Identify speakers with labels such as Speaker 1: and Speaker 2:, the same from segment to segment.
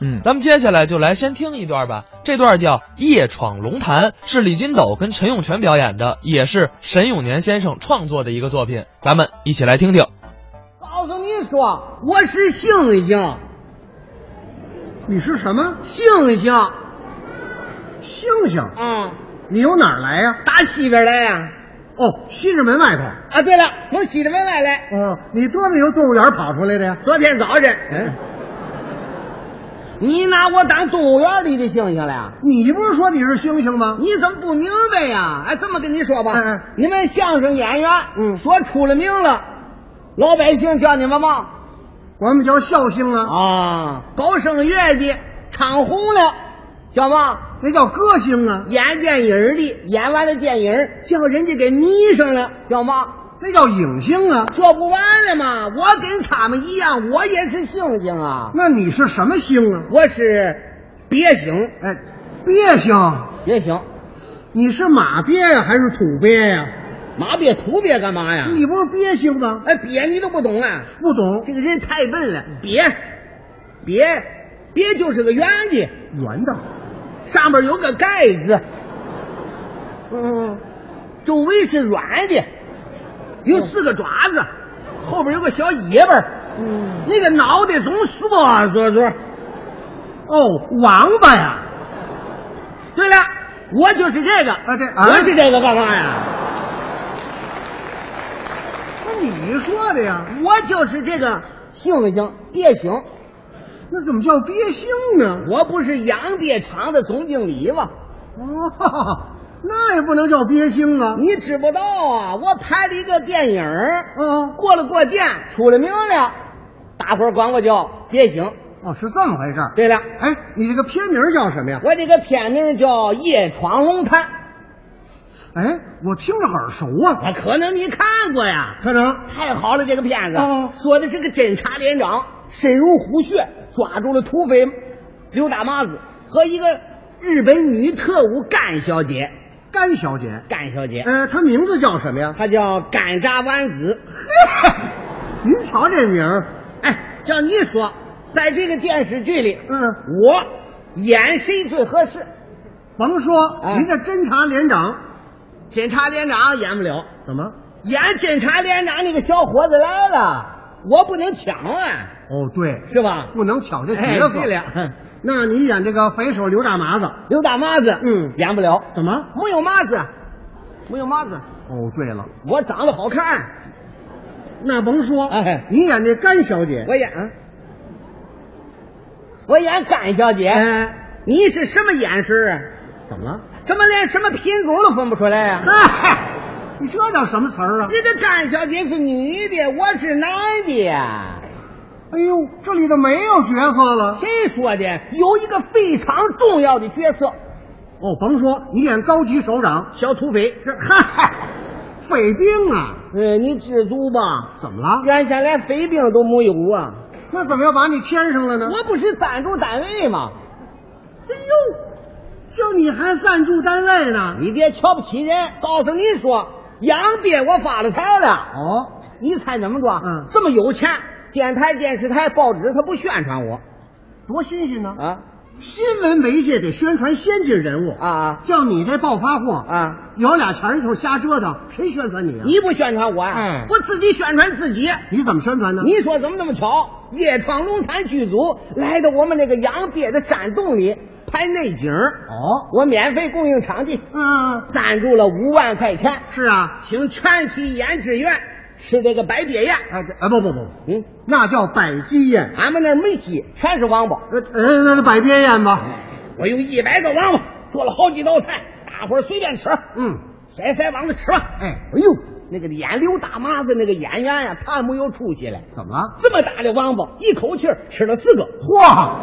Speaker 1: 嗯
Speaker 2: 咱们接下来就来先听一段吧，这段叫《夜闯龙潭》，是李金斗跟陈永泉表演的，也是沈永年先生创作的一个作品，咱们一起来听听。
Speaker 3: 告诉你说，我是猩猩，
Speaker 4: 你是什么
Speaker 3: 猩猩，
Speaker 4: 猩猩？
Speaker 3: 嗯，
Speaker 4: 你由哪儿来呀、
Speaker 3: 打西边来呀、
Speaker 4: 哦，西直门外头。
Speaker 3: 啊！对了，从西直门外来，
Speaker 4: 哦，你多么由动物园跑出来的呀？
Speaker 3: 昨天早晨，
Speaker 4: 哎，
Speaker 3: 你拿我当动物园里的猩猩了呀？
Speaker 4: 你不是说你是猩猩吗？
Speaker 3: 啊你怎么不明白呀？哎，这么跟你说吧，
Speaker 4: 嗯嗯
Speaker 3: 你们相声演员，
Speaker 4: 嗯
Speaker 3: 说出了名了，老百姓叫你们嘛
Speaker 4: 我们叫孝星啊，
Speaker 3: 啊，搞声乐的唱红了，叫嘛
Speaker 4: 那叫歌星啊，
Speaker 3: 演电影的，演完了电影叫人家给迷上了，叫嘛
Speaker 4: 那叫影星啊。
Speaker 3: 说不完了嘛。我跟他们一样，我也是猩猩啊，
Speaker 4: 那你是什么星啊？
Speaker 3: 我是鳖星，
Speaker 4: 哎，鳖星，
Speaker 3: 鳖星，
Speaker 4: 你是马鳖呀、还是土鳖呀、
Speaker 3: 马鳖土鳖干嘛呀？
Speaker 4: 你不是鳖星吗？
Speaker 3: 哎，鳖你都不懂啊。
Speaker 4: 不懂，嗯
Speaker 3: 这个人太笨了，别别别就是个圆的，
Speaker 4: 圆的。
Speaker 3: 上面有个盖子，嗯，周围是软的，有四个爪子，后边有个小尾巴，
Speaker 4: 嗯，
Speaker 3: 那个脑袋总缩缩缩。
Speaker 4: 哦，王八呀，
Speaker 3: 对了，我就是这个，
Speaker 4: 嗯啊这啊
Speaker 3: 我是这个干嘛呀？
Speaker 4: 那你说的呀？
Speaker 3: 我就是这个猩猩鳖猩，
Speaker 4: 那怎么叫鳖星呢？
Speaker 3: 我不是养鳖场的总经理吗？
Speaker 4: 哦， 那也不能叫鳖星啊。
Speaker 3: 你知不道啊？我拍了一个电影儿，
Speaker 4: 嗯
Speaker 3: 过了过电，出了名了，大伙儿管我叫别醒。
Speaker 4: 哦，是这么回事儿。
Speaker 3: 对了，
Speaker 4: 哎，你这个片名叫什么呀？
Speaker 3: 我这个片名叫《夜闯龙潭
Speaker 4: 哎，我听着耳熟啊。》，
Speaker 3: 可能你看过呀。
Speaker 4: 科长，
Speaker 3: 太好了，这个片子、
Speaker 4: 哦
Speaker 3: 说的是个侦察连长深入虎穴，抓住了土匪刘大麻子和一个日本女特务甘小姐。
Speaker 4: 甘小姐，
Speaker 3: 甘小姐，
Speaker 4: 呃，她名字叫什么呀？
Speaker 3: 她叫甘炸丸 子。
Speaker 4: 您瞧这名儿，
Speaker 3: 哎，叫你说，在这个电视剧里，
Speaker 4: 嗯，
Speaker 3: 我演谁最合适？
Speaker 4: 甭说，
Speaker 3: 哎
Speaker 4: 您这侦察连长
Speaker 3: 检察连长演不了，
Speaker 4: 怎么？
Speaker 3: 演侦察连长那个小伙子来了，我不能抢啊，
Speaker 4: 哦，对，
Speaker 3: 是吧？
Speaker 4: 不能抢这
Speaker 3: 哎
Speaker 4: 角色。
Speaker 3: 对了，
Speaker 4: 那你演这个匪首刘大麻子
Speaker 3: 刘大麻子，
Speaker 4: 嗯
Speaker 3: 演不了，
Speaker 4: 怎么？
Speaker 3: 没有麻子，没有麻子，
Speaker 4: 哦，对了，
Speaker 3: 我长得好看，
Speaker 4: 那甭说，
Speaker 3: 哎
Speaker 4: 你演这甘小哦姐，嗯
Speaker 3: 我演，我演甘小姐，
Speaker 4: 哎，
Speaker 3: 你是什么眼神啊？
Speaker 4: 怎么了？
Speaker 3: 怎么连什么品种都分不出来啊呀、
Speaker 4: 哎，你这叫什么词儿啊？
Speaker 3: 你这甘小姐是女的，我是男的呀。
Speaker 4: 哎呦，这里头没有角色了。
Speaker 3: 谁说的？有一个非常重要的角色，
Speaker 4: 哦，甭说，你演高级首长，
Speaker 3: 小土匪。
Speaker 4: 这嗨，匪兵啊，
Speaker 3: 呃，你知足吧？
Speaker 4: 怎么了？
Speaker 3: 原先连匪兵都没有啊！
Speaker 4: 那怎么要把你添上了呢？
Speaker 3: 我不是赞助单位吗？
Speaker 4: 哎呦，就你还赞助单位呢？
Speaker 3: 你别瞧不起人，告诉你说，养鳖我发了财了。
Speaker 4: 哦，
Speaker 3: 你猜怎么着？
Speaker 4: 嗯
Speaker 3: 这么有钱，电台、电视台、报纸他不宣传我
Speaker 4: 多新鲜呢！
Speaker 3: 啊
Speaker 4: 新闻媒介得宣传先进人物，
Speaker 3: 啊
Speaker 4: 叫你这暴发户啊，
Speaker 3: 啊！
Speaker 4: 有俩钱一头瞎折腾，谁宣传你啊？
Speaker 3: 你不宣传我呀、
Speaker 4: 哎
Speaker 3: 我自己宣传自己。
Speaker 4: 你怎么宣传呢？
Speaker 3: 你说怎么那么巧？夜闯龙潭剧组来到我们这个养鳖的山洞里拍内景儿
Speaker 4: 哦，
Speaker 3: 我免费供应场地，
Speaker 4: 嗯，
Speaker 3: 赞助了五万块钱，
Speaker 4: 是啊，
Speaker 3: 请全体演职员吃这个白鳖宴。
Speaker 4: 哎这哎不不不，
Speaker 3: 嗯，
Speaker 4: 那叫摆鸡宴，
Speaker 3: 俺们那儿没鸡，全是王八。
Speaker 4: 呃呃，那那摆鳖宴吧，
Speaker 3: 我用一百个王八做了好几道菜，大伙儿随便吃，
Speaker 4: 嗯，
Speaker 3: 甩腮帮子吃吧。
Speaker 4: 哎，
Speaker 3: 哎呦，那个演刘大麻子那个演员呀、太没有出息了。
Speaker 4: 怎么了？
Speaker 3: 这么大的王八，一口气儿吃了四个，
Speaker 4: 嚯，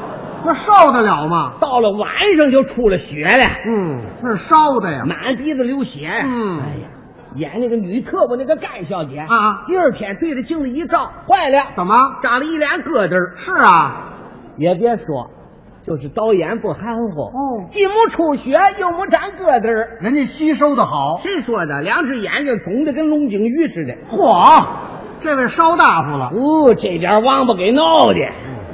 Speaker 4: 那受得了吗？
Speaker 3: 到了晚上就出了血了，
Speaker 4: 嗯，那是烧的呀。
Speaker 3: 满鼻子流血。
Speaker 4: 嗯
Speaker 3: 哎呀，演那个女特务那个甘小姐
Speaker 4: 啊
Speaker 3: 第二天对着镜子一照，坏了，
Speaker 4: 怎么？
Speaker 3: 长了一脸疙瘩儿。
Speaker 4: 是啊，
Speaker 3: 也别说，就是导演不含糊，
Speaker 4: 哦
Speaker 3: 既没出血，又没长疙瘩儿。
Speaker 4: 人家吸收的好。
Speaker 3: 谁说的？两只眼睛肿的跟龙井鱼似的。
Speaker 4: 嚯，这位烧大发了。嗯
Speaker 3: 哦，这点王八给闹的，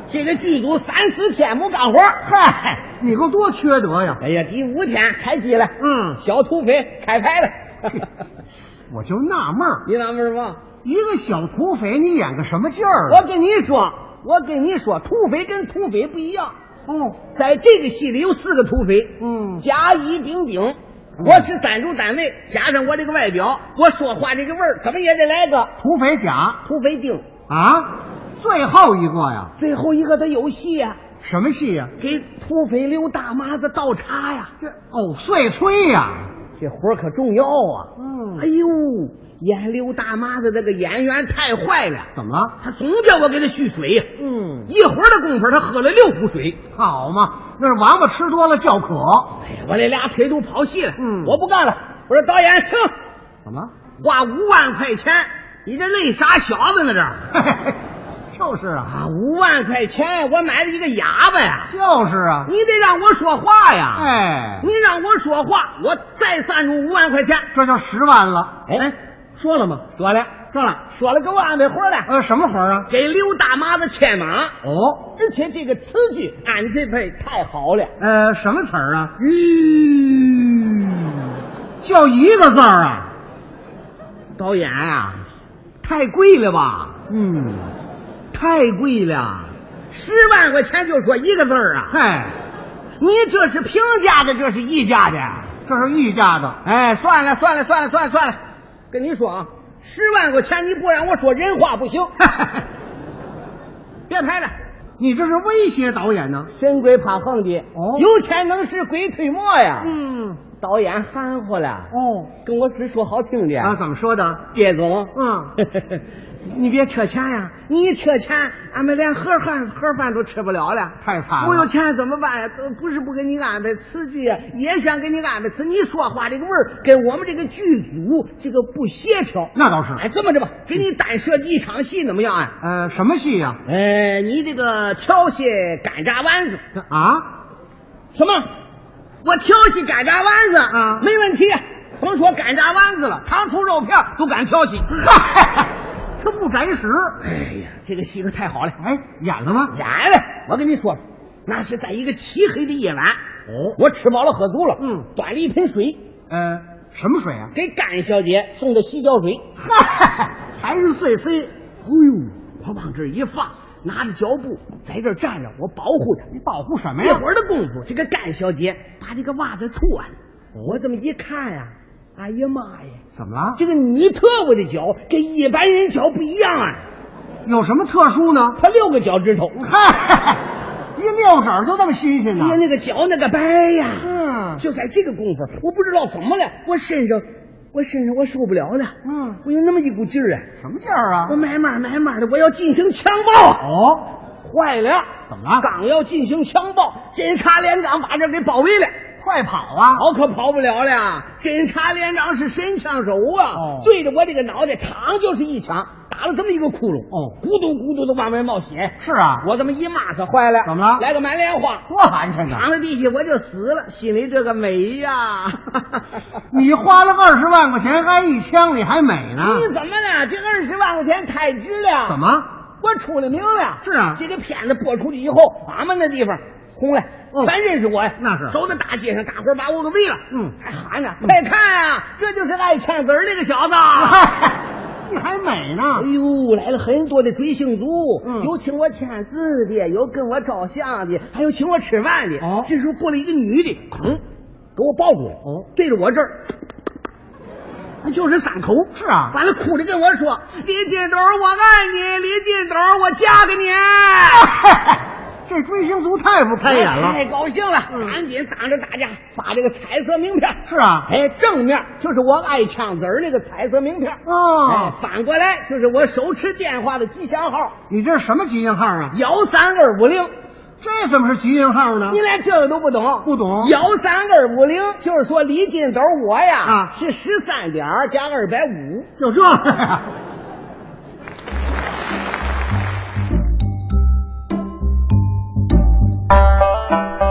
Speaker 3: 这个剧组三四天没干活， 嗨，
Speaker 4: 你够多缺德呀！
Speaker 3: 哎呀，第五天开机了，
Speaker 4: 嗯
Speaker 3: 小土匪开拍 了。
Speaker 4: 我就纳闷儿，
Speaker 3: 你纳闷吗？
Speaker 4: 一个小土匪，你演个什么劲儿啊？
Speaker 3: 我跟你说，我跟你说，土匪跟土匪不一样，
Speaker 4: 哦，
Speaker 3: 在这个戏里有四个土匪，
Speaker 4: 嗯
Speaker 3: 甲乙丙丁。我是三主单位，加上我这个外表，我说话这个味儿，怎么也得来个
Speaker 4: 土匪甲
Speaker 3: 土匪丁。
Speaker 4: 啊，最后一个呀，
Speaker 3: 最后一个他有戏呀、
Speaker 4: 什么戏呀？
Speaker 3: 给土匪刘大妈子倒茶呀，
Speaker 4: 这哦，碎催呀，
Speaker 3: 这活儿可重要啊！
Speaker 4: 嗯
Speaker 3: 哎呦，演刘大妈子那个演员太坏了，
Speaker 4: 怎么了？
Speaker 3: 他总叫我给他续水呀。
Speaker 4: 嗯，
Speaker 3: 一会儿的功夫，他喝了六壶水。
Speaker 4: 好嘛，那是王八吃多了叫渴。
Speaker 3: 哎呀，我这俩腿都跑细了。
Speaker 4: 嗯
Speaker 3: 我不干了。我说导演，停，
Speaker 4: 怎么？
Speaker 3: 花五万块钱，你这累傻小子呢？这
Speaker 4: 嘿嘿嘿 就是啊，
Speaker 3: 啊，五万块钱，我买了一个哑巴呀！
Speaker 4: 就是啊，
Speaker 3: 你得让我说话呀！，
Speaker 4: 哎
Speaker 3: 你，让我说话，我再赞助五万块钱。
Speaker 4: 这就十万了。
Speaker 3: 哎，说了吗？说了，
Speaker 4: 这了，
Speaker 3: 说了，给我安排活了，
Speaker 4: 呃，什么活儿啊？
Speaker 3: 给刘大妈子牵马，
Speaker 4: 哦，
Speaker 3: 而且这个词句安这配太好了。
Speaker 4: 呃，什么词儿啊？
Speaker 3: 嗯，
Speaker 4: 就一个字儿啊。
Speaker 3: 导演啊，太贵了吧？
Speaker 4: 嗯，
Speaker 3: 太贵了，十万块钱就说一个字儿啊！
Speaker 4: 嘿，
Speaker 3: 你这是平价的，这是溢价的。
Speaker 4: 这是溢价的。
Speaker 3: 哎，算了算了算了算了算了，跟你说啊，十万块钱你不让我说人话不行，别拍了。
Speaker 4: 你 这是威胁导演呢？
Speaker 3: 神鬼怕横的，
Speaker 4: 哦
Speaker 3: 有钱能使鬼推磨呀。
Speaker 4: 嗯，
Speaker 3: 导演含糊了，
Speaker 4: 哦，
Speaker 3: 跟我只说好听的。
Speaker 4: 啊，怎么说的？
Speaker 3: 别总，
Speaker 4: 嗯，
Speaker 3: 你别缺钱呀！你一缺钱，俺们连盒饭盒饭都吃不了了。
Speaker 4: 太惨了
Speaker 3: 我有钱怎么办呀？都不是不给你安排词句呀，也想给你安排词。你说话这个味儿跟我们这个剧组这个不协调。
Speaker 4: 那倒是。嗯
Speaker 3: 哎，这么着吧，给你单设计一场戏怎么样啊？
Speaker 4: 呃，什么戏呀、
Speaker 3: 呃，你这个调戏干炸丸子
Speaker 4: 啊？
Speaker 3: 什么？我调戏干炸丸子
Speaker 4: 啊
Speaker 3: 没问题，甭说干炸丸子了，糖醋肉片儿都敢调戏。
Speaker 4: 嗨，这不宅时。
Speaker 3: 哎呀，这个戏可太好了！
Speaker 4: 哎，演了吗？
Speaker 3: 演了，我跟你说，那是在一个漆黑的夜晚，
Speaker 4: 哦
Speaker 3: 我吃饱了喝足了，
Speaker 4: 嗯，
Speaker 3: 端了一盆水
Speaker 4: 呃，什么水啊？
Speaker 3: 给甘小姐送的洗脚水，
Speaker 4: 嗨，还是碎碎。
Speaker 3: 哎呦，我往这儿一放，拿着脚布在这儿站着，我保护她。
Speaker 4: 你保护什么
Speaker 3: 一
Speaker 4: 呀？
Speaker 3: 会儿的功夫，这个甘小姐把这个袜子脱了，我这么一看呀、哎呀妈呀！
Speaker 4: 怎么了？
Speaker 3: 这个泥特务的脚跟一般人脚不一样啊，
Speaker 4: 有什么特殊呢？
Speaker 3: 他六个脚趾头，
Speaker 4: 嗨，一溜褶儿就这么新鲜呢
Speaker 3: 哎？呀那个脚那个白呀、
Speaker 4: 嗯
Speaker 3: 就在这个功夫，我不知道怎么了，我身上，我身上我受不了了，
Speaker 4: 嗯，
Speaker 3: 我有那么一股劲儿啊，
Speaker 4: 什么劲儿啊
Speaker 3: 我？慢慢慢慢的我要进行强暴，啊
Speaker 4: 哦，
Speaker 3: 坏了，
Speaker 4: 怎么了
Speaker 3: 刚要进行强暴，侦察连长把这给包围了。
Speaker 4: 快跑啊！
Speaker 3: 跑可跑不了了，侦察连长是神枪手啊，
Speaker 4: 哦
Speaker 3: 对着我这个脑袋，嘡就是一枪，打了这么一个窟窿，
Speaker 4: 哦
Speaker 3: 咕嘟咕嘟的往外冒血。
Speaker 4: 是啊，
Speaker 3: 我这么一骂他坏了，
Speaker 4: 怎么了
Speaker 3: 来个满脸花，
Speaker 4: 多寒碜
Speaker 3: 躺
Speaker 4: 啊！
Speaker 3: 在地下我就死了，心里这个美 呀！
Speaker 4: 你花了二十万块钱挨一枪，你还美呢？
Speaker 3: 你怎么了？这二十万块钱太值了。
Speaker 4: 怎？么？
Speaker 3: 我出了名了。
Speaker 4: 是啊
Speaker 3: 这个片子播出去以后，俺们那地方红了。
Speaker 4: 哦
Speaker 3: 全认识我呀！
Speaker 4: 那是
Speaker 3: 走到大街上，大伙儿把我给围了。
Speaker 4: 嗯
Speaker 3: 还喊呢，快看啊，这就是爱呛子儿那个小子。
Speaker 4: 嗨， 你还美呢？
Speaker 3: 哎呦，来了很多的追星族，
Speaker 4: 嗯
Speaker 3: 有请我签字的，有跟我照相的，还有请我吃饭的。
Speaker 4: 哦
Speaker 3: 这时候过来一个女的，哐，给我抱过来，
Speaker 4: 哦
Speaker 3: 对着我这儿，她就是三口。
Speaker 4: 是啊，
Speaker 3: 完了，哭着跟我说：“李金斗，我爱你，李金斗，我嫁 给哎你。
Speaker 4: 这追星族太不”开眼
Speaker 3: 太
Speaker 4: 了。
Speaker 3: 高兴了，
Speaker 4: 嗯
Speaker 3: 赶紧当着大家发这个彩色名片。
Speaker 4: 是啊，
Speaker 3: 哎，正面就是我爱呛子儿那个彩色名片。哎
Speaker 4: 哦，，
Speaker 3: 反过来就是我手持电话的吉祥号
Speaker 4: 你这是什么吉祥号啊？
Speaker 3: 幺三二五零，
Speaker 4: 这怎么是吉祥号呢
Speaker 3: 你？连这个都不懂？
Speaker 4: 啊不懂
Speaker 3: 幺三二五零就是说李金斗我呀
Speaker 4: 啊
Speaker 3: 是十三点儿加二百五，
Speaker 4: 就这呀。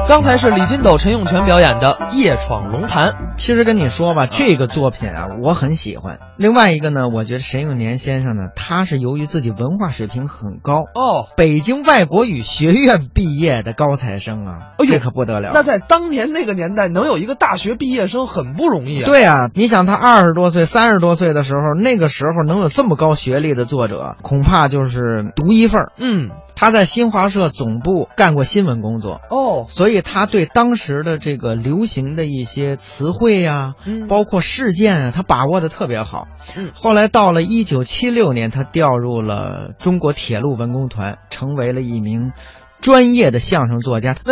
Speaker 2: 刚才是李金斗、陈永泉表演的《夜闯龙潭》。
Speaker 1: 其实跟你说吧，这个作品啊，我很喜欢。另外一个呢，我觉得沈永年先生呢，他是由于自己文化水平很高，
Speaker 2: 哦，
Speaker 1: 北京外国语学院毕业的高材生啊，
Speaker 2: 哎呦
Speaker 1: 这可不得了。
Speaker 2: 那在当年那个年代，能有一个大学毕业生很不容易啊。，
Speaker 1: 对啊，你想他二十多岁、三十多岁的时候，那个时候能有这么高学历的作者，恐怕就是独一份儿。
Speaker 2: 嗯，
Speaker 1: 他在新华社总部干过新闻工作，
Speaker 2: 哦，
Speaker 1: 所以他对当时的这个流行的一些词汇啊呀、
Speaker 2: 嗯
Speaker 1: 包括事件啊，他把握的特别好。
Speaker 2: 嗯
Speaker 1: 后来到了一九七六年，他调入了中国铁路文工团，成为了一名专业的相声作家。
Speaker 2: 那